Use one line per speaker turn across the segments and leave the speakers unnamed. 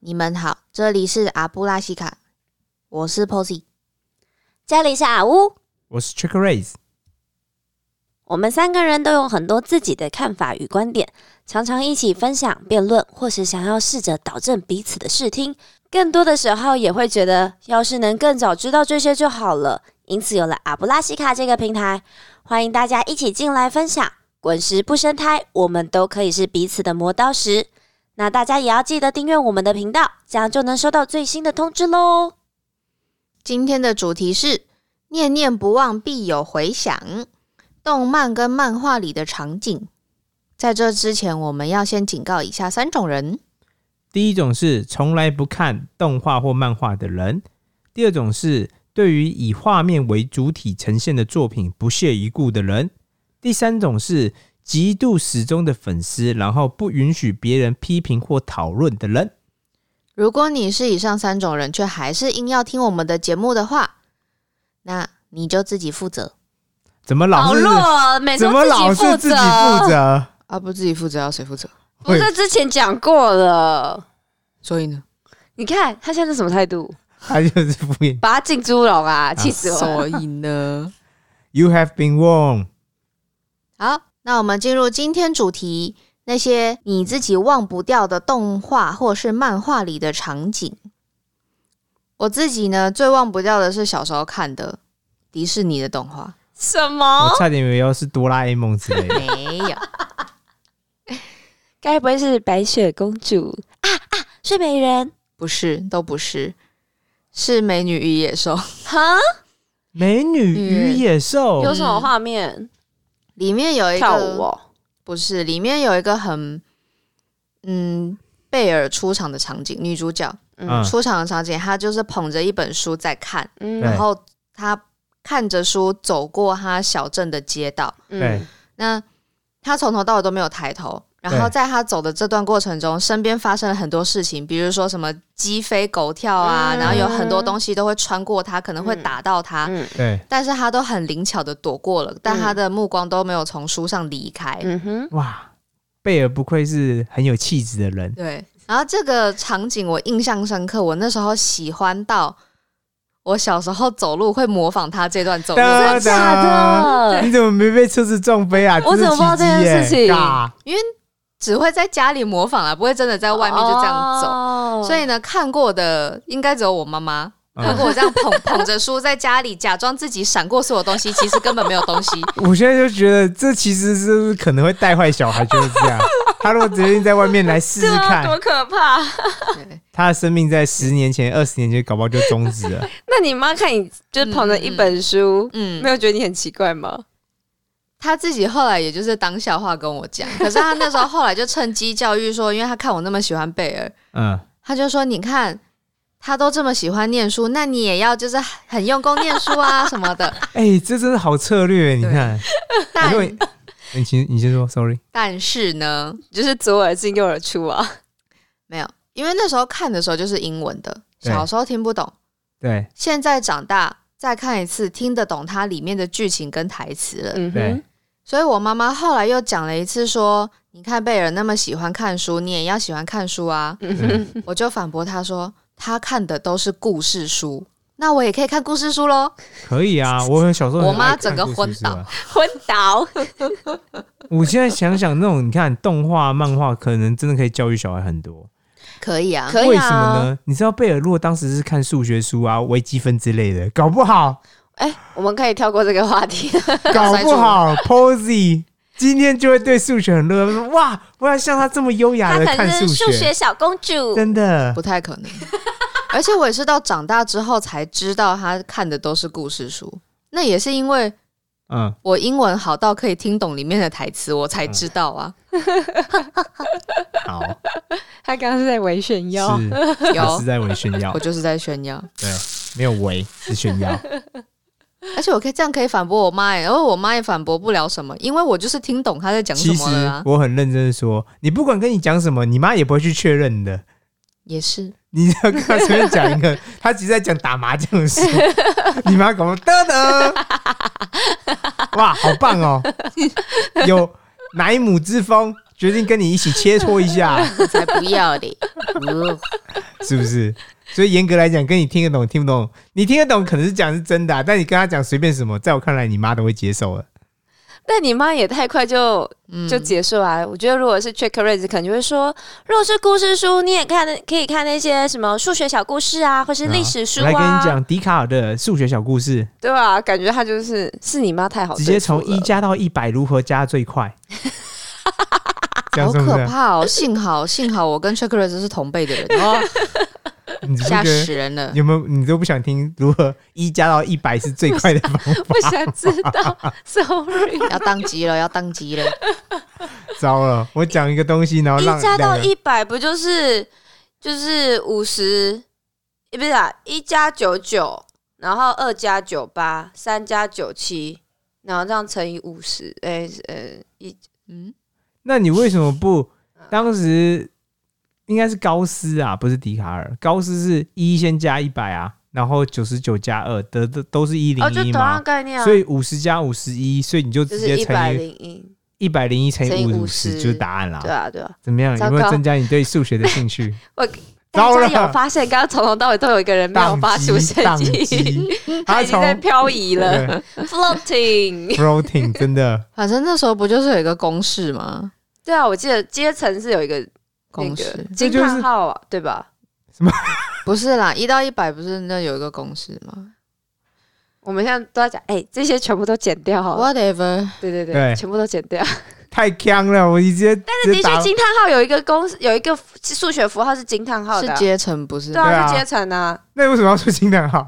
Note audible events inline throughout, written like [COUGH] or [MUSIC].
你们好，这里是阿布拉西卡，我是 Posy。
这里是阿乌，
我是 Trick Rays，
我们三个人都有很多自己的看法与观点，常常一起分享、辩论，或是想要试着导正彼此的视听。更多的时候也会觉得，要是能更早知道这些就好了。因此有了阿布拉西卡这个平台，欢迎大家一起进来分享。滚石不生胎，我们都可以是彼此的磨刀石。那大家也要记得订阅我们的频道，这样就能收到最新的通知喽。
今天的主题是“念念不忘必有回响”，动漫跟漫画里的场景。在这之前，我们要先警告以下三种人：
第一种是从来不看动画或漫画的人；第二种是对于以画面为主体呈现的作品不屑一顾的人；第三种是极度始终的粉丝，然后不允许别人批评或讨论的人。
如果你是以上三种人，却还是硬要听我们的节目的话，那你就自己负责
怎么老
好
是
弱哦，每次
怎
都
么老是自己负责？
啊！不自己负责，要谁负责？
不是之前讲过了。
所以呢，
你看他现在是什么态度？
他就是敷衍。
把他进猪笼啊！气死我！了！
以呢？
You have been warned。
好，那我们进入今天主题，那些你自己忘不掉的动画或是漫画里的场景。我自己呢，最忘不掉的是小时候看的迪士尼的动画，
什么
我？差点以为是哆啦 A 梦之类的。
没有，
该不会是白雪公主啊啊？睡美人？
[LAUGHS] 不是，都不是，是《美女与野兽》
哈？
美女与野兽
有什么画面？
里面有嗯一个
跳舞、哦？
不是，里面有一个很，嗯，贝尔出场的场景，女主角、
嗯
出场的场景，她就是捧着一本书在看，
嗯
对
然后她看着书走过她小镇的街道，
对
嗯，
那她从头到尾都没有抬头。然后
对
在她走的这段过程中，身边发生了很多事情，比如说什么鸡飞狗跳啊，
嗯
然后有很多东西都会穿过她，可能会打到她，
嗯
对，
但是她都很灵巧的躲过了，但她的目光都没有从书上离开。
嗯哼，
哇，贝尔不愧是很有气质的人。
对，然后这个场景我印象深刻，我那时候喜欢到我小时候走路会模仿他这段走路。
哒
假的？
你怎么没被车子撞飞啊？
我怎么不知道这件事情
这是奇迹耶嘎
只会在家里模仿啦，啊不会真的在外面就这样走。
走
所以呢，看过的应该只有我妈妈。
嗯
看过我这样捧 [LAUGHS] 捧着书在家里假装自己闪过所有东西，其实根本没有东西。
我现在就觉得这其实是可能会带坏小孩，就是这样。他如果决定在外面来
啊
试试看，
多可怕！
对
他的生命在十年前、二十年前搞不好就终止
[LAUGHS]
了。
那你妈看你就是捧着一本书，
嗯
没，有觉得你很奇怪吗？
他自己后来也就是当笑话跟我讲，可是他那时候后来就趁机教育说，因为他看我那么喜欢贝尔，
嗯，
他就说：“你看，他都这么喜欢念书，那你也要就是很用功念书啊什么的。
哎、这真的好策略，你看。
但
[LAUGHS] 你说你你先你先说，sorry。”
但是呢，
就是左耳进右耳出啊！
没有，因为那时候看的时候就是英文的，
对
小时候听不懂，
对
现在长大再看一次，听得懂它里面的剧情跟台词了。
嗯
对
哼，
所以我妈妈后来又讲了一次说：“你看贝尔那么喜欢看书，你也要喜欢看书
[LAUGHS]
啊。”
对，
我就反驳她说：“她看的都是故事书，那我也可以看故事书喽。”
可以啊！我小时候很
我妈
爱看
整个
故事
昏
书啊
倒
昏倒。
我现在想想，那种你看动画、漫画，可能真的可以教育小孩很多。
可以啊，
可以啊
为什么呢？你知道贝尔如果当时是看数学书啊、微积分之类的，搞
[LAUGHS]
不好，
哎、我们可以跳过这个话题。
搞不好 Posy 今天就会对数学很热爱。说哇，我要像他这么优雅的看学，
小公主。
真的
不太可能。 [LAUGHS] 而且我也是到长大之后才知道，他看的都是故事书。那也是因为
嗯。
我英文好到可以听懂里面的台词，我才知道
[LAUGHS]
啊。
[LAUGHS]
好，
她刚刚是在微炫耀。
是他
[LAUGHS] 有
是，在为炫耀
我，就是在炫耀。
对，没有为是炫耀，
而且我可以这样可以反驳我妈耶，然后我妈也反驳不了什么，因为我就是听懂她在讲什
其实
么了啊。
我很认真的说，你不管跟你讲什么，你妈也不会去确认的。
也是，
你要跟他随便讲一个，他其实在讲打麻将的事。你妈搞得得，哇，好棒哦！有奶母之风，决定跟你一起切磋一下。
[LAUGHS] 才不要的。哦
是不是？所以严格来讲，跟你听得懂听不懂，你听得懂可能是讲是真的啊、但你跟他讲随便什么，在我看来，你妈都会接受了。
但你妈也太快就
嗯
就结束啊！我觉得如果是 check raise，可能就会说，如果是故事书，你也看可以看那些什么数学小故事啊，或是历史书
我来跟
啊，
你讲，笛卡尔的数学小故事，
对啊，感觉他就是是你妈太好
直
对付了，
接从
[LAUGHS]
一加到一百，如何加最快？这样
好
是不
可
是？
怕哦！幸好幸好我跟 Checklist 是同辈的人，哦，
你是不
吓
是觉
死人了
得。有没有？你都不想听如何一加到一百是最快的方法？
不想知道，sorry。
要当机了，要当机了！
[LAUGHS]
糟了，我讲一个东西，然后让
一加到
两个
一百不就是就是五十？不是啊，一加九九，然后二加九八，三加九七，然后这样乘以五十，哎呃一
嗯，
那你为什么不？当时应该是高斯啊，不是笛卡尔。高斯是一先加一百啊，然后九十九加二，得的都是一
哦，就
零一
同样
嘛。
概念啊，
所以五十加五十一，所以你就
就
直
是
接
一百
乘以
零一，
一百零一乘
乘以
以
50
五十，就是答案啦
对。啊对啊。
怎么样？
糟
有
糕
没有增加你对数学的
[LAUGHS]
兴趣？
大
糟
家
了
有发现，刚刚从头到尾都有一个人没有
宕
发
机
出声
宕
[LAUGHS] 音，
机
他
他
已经在
从
漂移了，floating。 [LAUGHS]
floating 真的
反正那时候不就是有一个公式吗？
对啊，我记得阶层是有一个那
公式、
个
这
惊
就是
叹号啊，对吧？
[LAUGHS] 不是啦，一到一百不是那有一个公式吗
我们现在都在讲，哎、这些全部都剪掉好了。
？Whatever，
对对对，
对
全部都剪掉。
太坑了，我直接直
的确
接打，。
惊叹号有一个公式有一个数学符号是惊叹号的
是
啊、
阶层不是
对？啊，
对啊
是阶层啊，
那为什么要说惊叹号？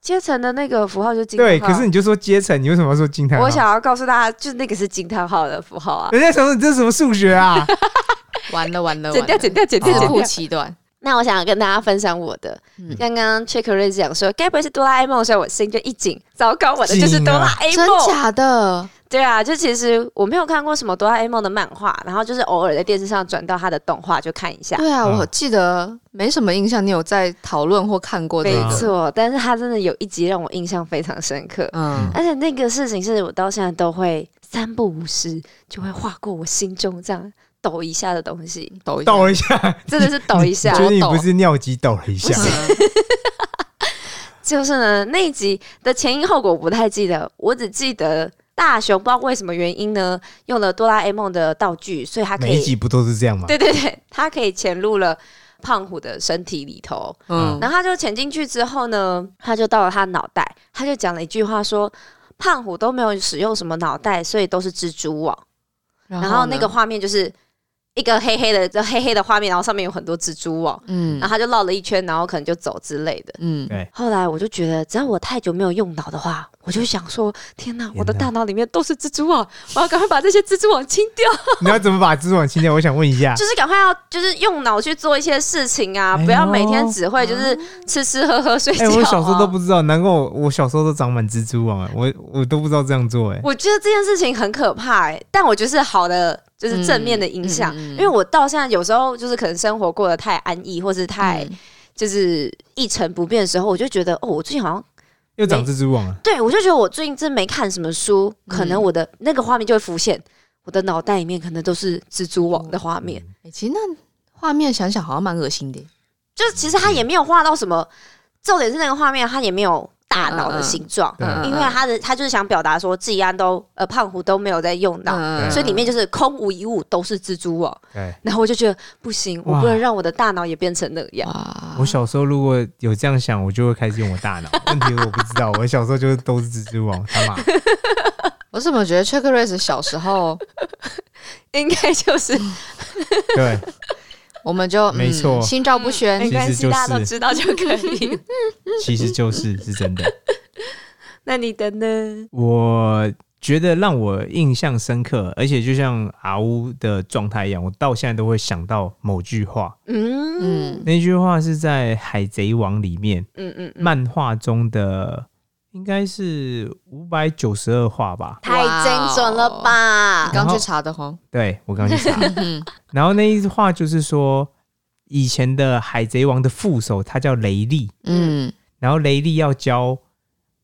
阶层的那个符号就是惊叹号。啊
对，可是你就啊说阶层，你为什么要说惊叹号？
我想要告诉大家，就是那个是惊叹号的符号啊。
人家想说你这是什么数
[LAUGHS]
学啊？
完了完了，
剪掉，
完了
剪掉，剪
哦
掉，
自
剪
曝
掉。
其短。
那我想要跟大家分享我的，
嗯
刚刚 Chick Ray 讲说，该不会是哆啦 A 梦？所以我心就一紧，糟糕，我的就是
紧啊
哆啦 A
真
梦。
假的？
对啊，就其实我没有看过什么哆啦 A 梦的漫画，然后就是偶尔在电视上转到他的动画就看一下。
对啊，
嗯
我记得没什么印象，你有在讨论或看过这
没
个？
错，
啊
但是他真的有一集让我印象非常深刻，
嗯，
而且那个事情是我到现在都会三不五时就会划过我心中这样抖一下的东西，
抖一下
抖一下，
真的是抖一
[LAUGHS]
下
你。确定你
抖
不是尿急抖了一下？
嗯
就是呢，那一集的前因后果我不太记得，我只记得大雄不知道为什么原因呢，用了哆啦 A 梦的道具，所以他可
每一
以
集不都是这样吗？
对对对，它可以潜入了胖虎的身体里头，
嗯，
然后他就潜进去之后呢，他就到了他脑袋，他就讲了一句话说。胖虎都没有使用什么脑袋，所以都是蜘蛛网。然后那
呢
个画面就是一个黑黑的、就黑黑的画面，然后上面有很多蜘蛛网。
嗯
然后他就绕了一圈，然后可能就走之类的。
嗯
对
后来我就觉得，只要我太久没有用脑的话，我就想说：天哪，我的
天哪
大脑里面都是蜘蛛网，我要赶快把这些蜘蛛网清掉。
你要怎么把蜘蛛网清掉？我想问一下，
[LAUGHS] 就是赶快要，就是用脑去做一些事情啊，
哎呦
不要每天只会就是吃吃喝喝睡觉、
哎、
啊
我小时候都不知道，难怪我我小时候都长满蜘蛛网、哎，我我都不知道这样做、哎，
我觉得这件事情很可怕、哎，但我觉得是好的，就是正面的影响。
嗯嗯嗯
因为我到现在有时候就是可能生活过得太安逸，或是太
嗯
就是一成不变的时候，我就觉得哦，我最近好像
又长蜘蛛网啊了。
对我就觉得我最近真没看什么书，
嗯
可能我的那个画面就会浮现，我的脑袋里面可能都是蜘蛛网的画面。
欸其实那画面想想好像蛮恶心的。
就是其实他也没有画到什么，重点是那个画面他也没有大脑的形状，
嗯嗯
嗯
因为他的他就是想表达说自己安都呃胖虎都没有在用脑。
嗯
所以里面就是空无一物，都是蜘蛛网。
对，
然后我就觉得不行，我
哇
不能让我的大脑也变成那样。
哇
我小时候如果有这样想，我就会开始用我
[LAUGHS]
大脑。问题是我不知道，我小时候就是都是蜘蛛网，他妈。
我怎么觉得 Check Race 小时候
应该就是，
对，
我们就
没错
嗯心照不宣
没
嗯。
关
其实
系，
就是
大家都知道就可以。
其实就是是真的。
那你的呢？
我觉得让我印象深刻，而且就像阿乌的状态一样，我到现在都会想到某句话。
嗯
嗯
那句话是在《海贼王》里面
嗯嗯嗯，
漫画中的，应该是五百九十二话吧？
太精准了吧
你！刚
然后
去查的哈，
对我刚去查，
[LAUGHS] 嗯
嗯然后那一话就是说，以前的海贼王的副手他叫雷利，
嗯
然后雷利要教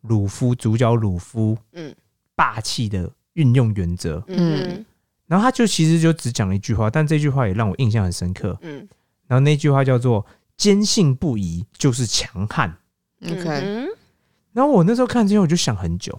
鲁夫主角鲁夫，
嗯
嗯，霸气的运用原则。
嗯
然后他就其实就只讲了一句话，但这句话也让我印象很深刻。
嗯
然后那句话叫做坚信不疑就是强悍。
OK，
嗯哼
然后我那时候看之后，我就想很久，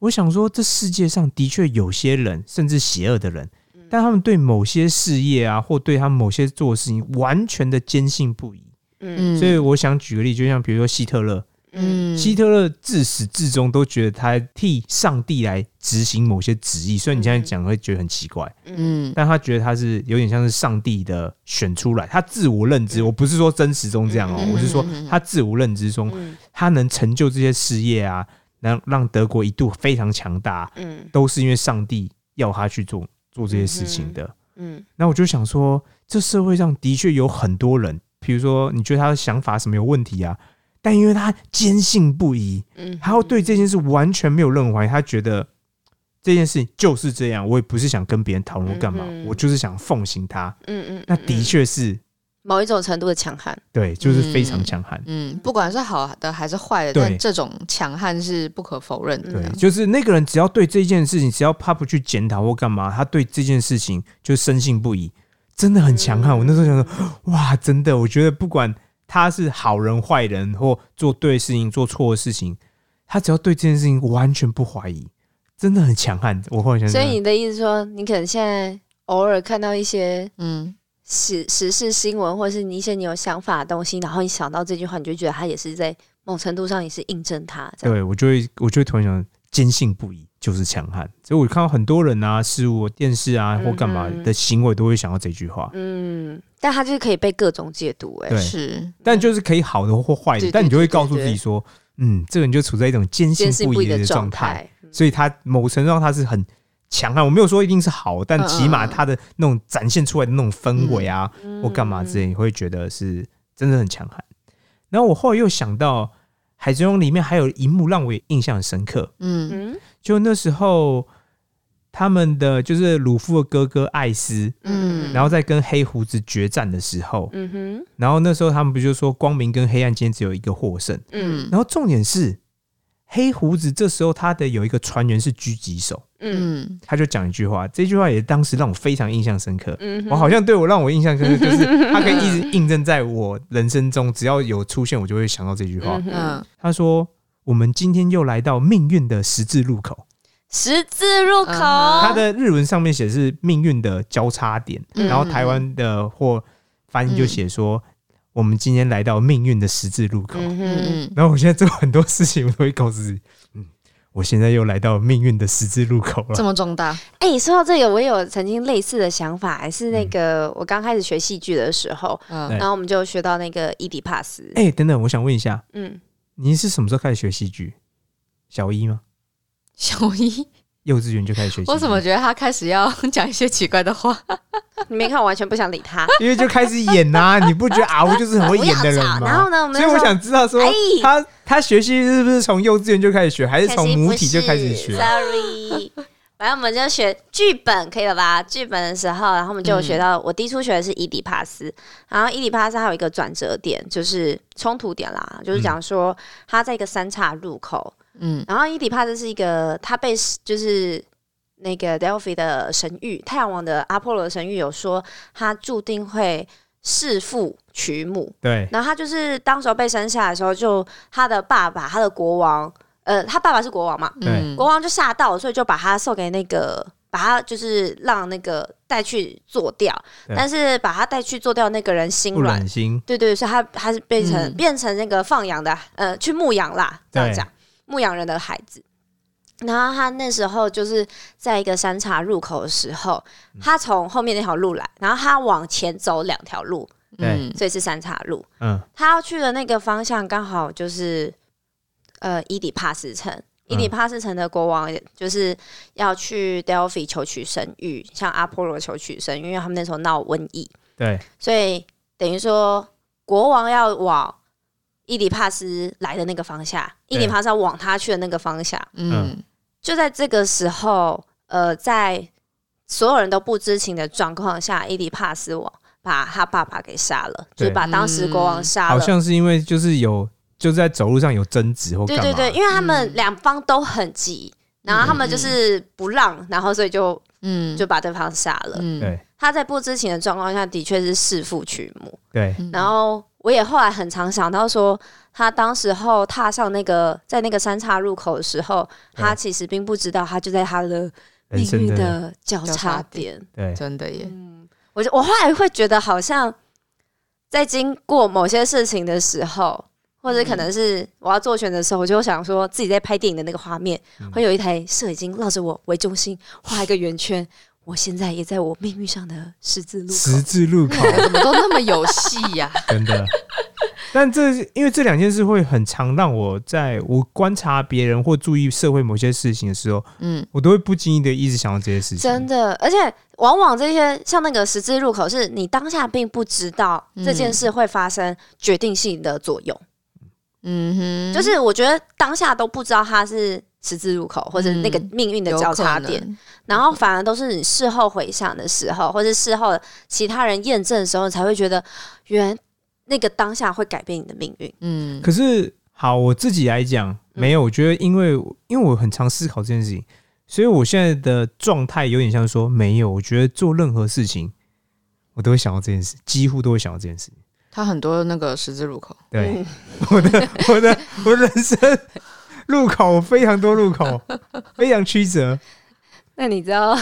我想说，这世界上的确有些人，甚至邪恶的人，但他们对某些事业啊，或对他们某些做的事情，完全的坚信不疑。
嗯
嗯，
所以我想举个例，就像比如说希特勒，
嗯
嗯，
希特勒自始至终都觉得他替上帝来执行某些旨意，所以你现在讲会觉得很奇怪，
嗯
但他觉得他是有点像是上帝的选出来，他自我认知，我不是说真实中这样哦、
嗯
我是说他自我认知中，
嗯
他能成就这些事业啊，能让德国一度非常强大，
嗯
都是因为上帝要他去做做这些事情的。
嗯
那我就想说，这社会上的确有很多人，比如说你觉得他的想法什么有问题啊，但因为他坚信不疑，
嗯，
他会对这件事完全没有任何怀疑，他觉得这件事情就是这样，我也不是想跟别人讨论干嘛，
嗯哼
我就是想奉行他。
嗯嗯，
那的
嗯
确是
某一种程度的强悍，
对，就是非常强悍。
嗯，不管是好的还是坏的，
对
但这种强悍是不可否
嗯
认的。
对，就是那个人只要对这件事情，只要他不去检讨或干嘛，他对这件事情就深信不疑，真的很强悍。我那时候想说，
嗯
哇，真的，我觉得不管他是好人、坏人，或做对的事情、做错的事情，他只要对这件事情完全不怀疑，真的很强悍。我后来想想，
所以你的意思说，你可能现在偶尔看到一些
嗯，
时时事新闻，或是你一些你有想法的东西，然后你想到这句话，你就觉得它也是在某程度上也是印证它这样。
对我就会，我就会突然想，坚信不疑就是强悍。所以我看到很多人啊、事物、电视啊或干嘛
嗯哼
的行为，都会想到这句话。
嗯，但它就是可以被各种解读、欸，哎，
对
是，
但就是可以好的或坏的，
对
但你就会告诉
对对
自
对
己说，嗯，这个人就处在一种坚信
坚信
不
不
疑
疑的
状
状
态，
态。
所以他某程度上他是很强悍。我没有说一定是好，
嗯
但
嗯
起码
嗯
他的那种展现出来的那种氛围啊，
嗯
或干嘛之类，你会觉得是真的很强悍。然后我后来又想到《海贼王》里面还有一幕让我也印象很深刻，
嗯
嗯
就那时候他们的就是鲁夫的哥哥艾斯，
嗯
然后在跟黑胡子决战的时候，
嗯哼，
然后那时候他们不就说光明跟黑暗间只有一个获胜？
嗯
嗯
然后重点是黑胡子这时候他的有一个船员是狙击手，
嗯
嗯
他就讲一句话，这句话也当时让我非常印象深刻。
嗯哼，
我好像对我让我印象深刻，
[LAUGHS]
就是他可以一直印证在我人生中，只要有出现，我就会想到这句话
嗯。哼
嗯，
他说：“我们今天又来到命运的十字路口。”
十字路口，
嗯
它的日文上面写是命运的交叉点，
嗯
然后台湾的或翻译就写说：“我们今天来到命运的十字路口。”
嗯哼，
嗯
然后我现在做很多事情，我都会告诉自己，嗯，我现在又来到命运的十字路口
嗯，这
了。
么重大，
哎、说到这个，我有曾经类似的想法，还是那
嗯
个我刚开始学戏剧的时候，
嗯
对
然后我们就学到那个 E 伊底帕斯，
哎、等等，我想问一下，
嗯，
你是什么时候开始学戏剧？小一吗？
小一，
幼稚园就开始学戏剧？
我怎么觉得他开始要讲一些奇怪的话？
[LAUGHS] 你没看，我完全不想理他。
因为就开始演
[LAUGHS]
呐、你不觉得啊，我就是很会
不
演
要
的人
吵
吗？
然后呢，我们
所以我
那时候
想知道说，
哎
他他学习是不是从幼稚园就开始学，还是
可惜
从母体就
不是
开始学？
Sorry，反正我们就学剧本，可以了吧？剧本的时候，然后我们就有学
嗯
到，我第一初学的是伊底帕斯，然后伊底帕斯还有一个转折点，就是冲突点啦，就是讲说他在一个三岔路口，
嗯
然后伊底帕斯是一个他被就是。那个 Delphi 的神谕，太阳王的阿波罗的神谕有说，他注定会弑父娶母，
对，
然后他就是当时候被生下来的时候，就他的爸爸，他的国王，呃，他爸爸是国王嘛，
对
嗯
国王就吓到了，所以就把他送给那个，把他就是让那个带去做掉，
对
但是把他带去做掉那个人心
不
软
忍，心，
对对，所以他他是变成、
嗯
变成那个放养的，呃，去牧羊啦，这样
对
讲，牧羊人的孩子。然后他那时候就是在一个山岔入口的时候，
嗯
他从后面那条路来，然后他往前走两条路，
对
所以是山岔路。
嗯，
他要去的那个方向刚好就是呃伊底帕斯城，伊底帕斯城的国王就是要去 Delphi 求取神谕，向阿波罗求取神谕，因为他们那时候闹瘟疫，
对，
所以等于说国王要往伊底帕斯来的那个方向，伊
对
底帕斯要往他去的那个方向。
嗯
就在这个时候，呃，在所有人都不知情的状况下，伊底帕斯王把他爸爸给杀了，就
对
是把当时国王
嗯
杀
好
了。
像是因为就是有就在走路上有争执或干
对
嘛，
对对，因为他
嗯
们两方都很急，然后他们就是不让，然后所以就
嗯，
就把对方杀了。
嗯
对
他在不知情的状况下，的确是弑父娶母，
对
嗯
然后我也后来很常想到说，他当时候踏上那个在那个三岔路口的时候，
对
他其实并不知道，他就在他的
人
命
生
运
的
的交
交
叉
叉
点。
对，
真的耶，
嗯我就我后来会觉得，好像在经过某些事情的时候，或者可能是我要做选择的时候，我就想说自己在拍电影的那个画面，会有一台摄影机绕着我为中心画一个圆圈。我现在也在我命运上的十字路
十
口，
字路
[LAUGHS]
口
怎么都那么有戏呀、
真的。但这因为这两件事会很常让我在我观察别人或注意社会某些事情的时候，
嗯，
我都会不经意的一直想到这些事情。
真的，而且往往这些像那个十字路口，是你当下并不知道这件事会发生决定性的作用。
嗯哼，
就是我觉得当下都不知道它是十字路口，或者那个命运的
有
交
可
叉
能
点，，然后反而都是你事后回想的时候，或是事后其他人验证的时候，你才会觉得原那个当下会改变你的命运。
嗯
可是好，我自己来讲，
嗯
没有，我觉得因为因为我很常思考这件事情，所以我现在的状态有点像说没有，我觉得做任何事情，我都会想到这件事，几乎都会想到这件事。
他很多那个十字路口，
嗯
对， [LAUGHS] 我的我的我的人生路口非常多路
[LAUGHS]
口，非常曲折。
那你知道，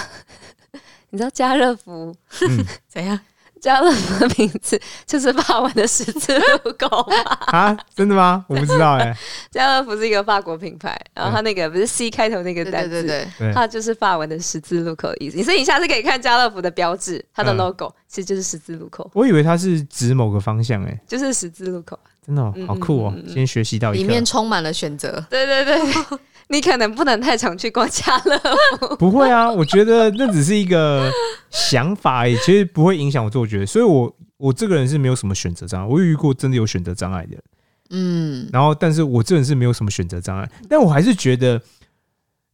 [LAUGHS] 你知道家乐福
嗯，
怎样？
家乐福的名字就是法文的十字路口 [LAUGHS] 吗
啊，真的吗？我不知道哎、
家乐福是一个法国品牌，然后它那个不是 C 开头那个
对
单
对
字，
对对，
对，
它就是法文的十字路口的意思。所以你下次可以看家乐福的标志，它的
嗯
logo、其实就是十字路口，
我以为它是指某个方向哎、
就是十字路口。
真的、哦、
嗯
好酷哦！
嗯嗯嗯
今天学习到一
里
个
面，充满了选择，
对对对， [LAUGHS] 你可能不能太常去逛家乐福。
不会啊，我觉得那只是一个想法而已，其实不会影响我做决定。所以我我这个人是没有什么选择障碍，我有遇过真的有选择障碍的人，
嗯
然后但是我这人是没有什么选择障碍，但我还是觉得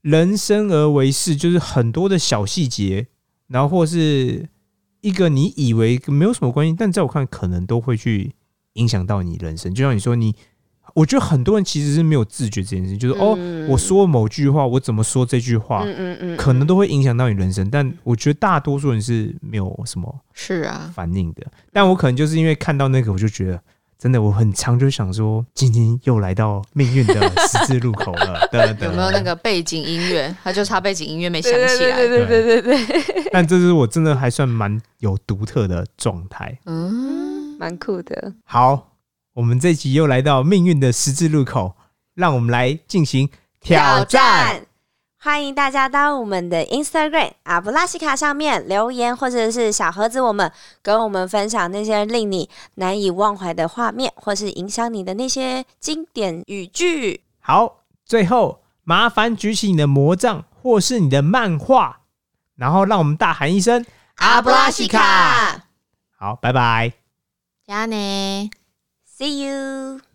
人生而为是，就是很多的小细节，然后或是一个你以为没有什么关系，但在我看可能都会去影响到你人生。就像你说，你我觉得很多人其实是没有自觉这件事情，就是、哦，
嗯
我，说某句话，我怎么说这句话，
嗯嗯嗯，
啊可能都会影响到你人生，但我觉得大多数人是没有什么
是啊，
反应的。但我可能就是因为看到那个，我就觉得真的，我很常就想说，今天又来到命运的十字路口了。对
有没有那？个背景音乐？他就差背景音乐没想起来，
对对对对对对，
对但这是我真的还算蛮有独特的状态。
嗯，
蛮酷的。
好，我们这集又来到命运的十字路口，让我们来进行挑战。，
欢迎大家到我们的 Instagram 阿布拉西卡上面留言，或者是小盒子我们跟我们分享那些令你难以忘怀的画面，或是影响你的那些经典语句。
好，最后麻烦举起你的魔杖或是你的漫画，然后让我们大喊一声“
阿布拉西卡，
好，拜拜。
加呢。
See you。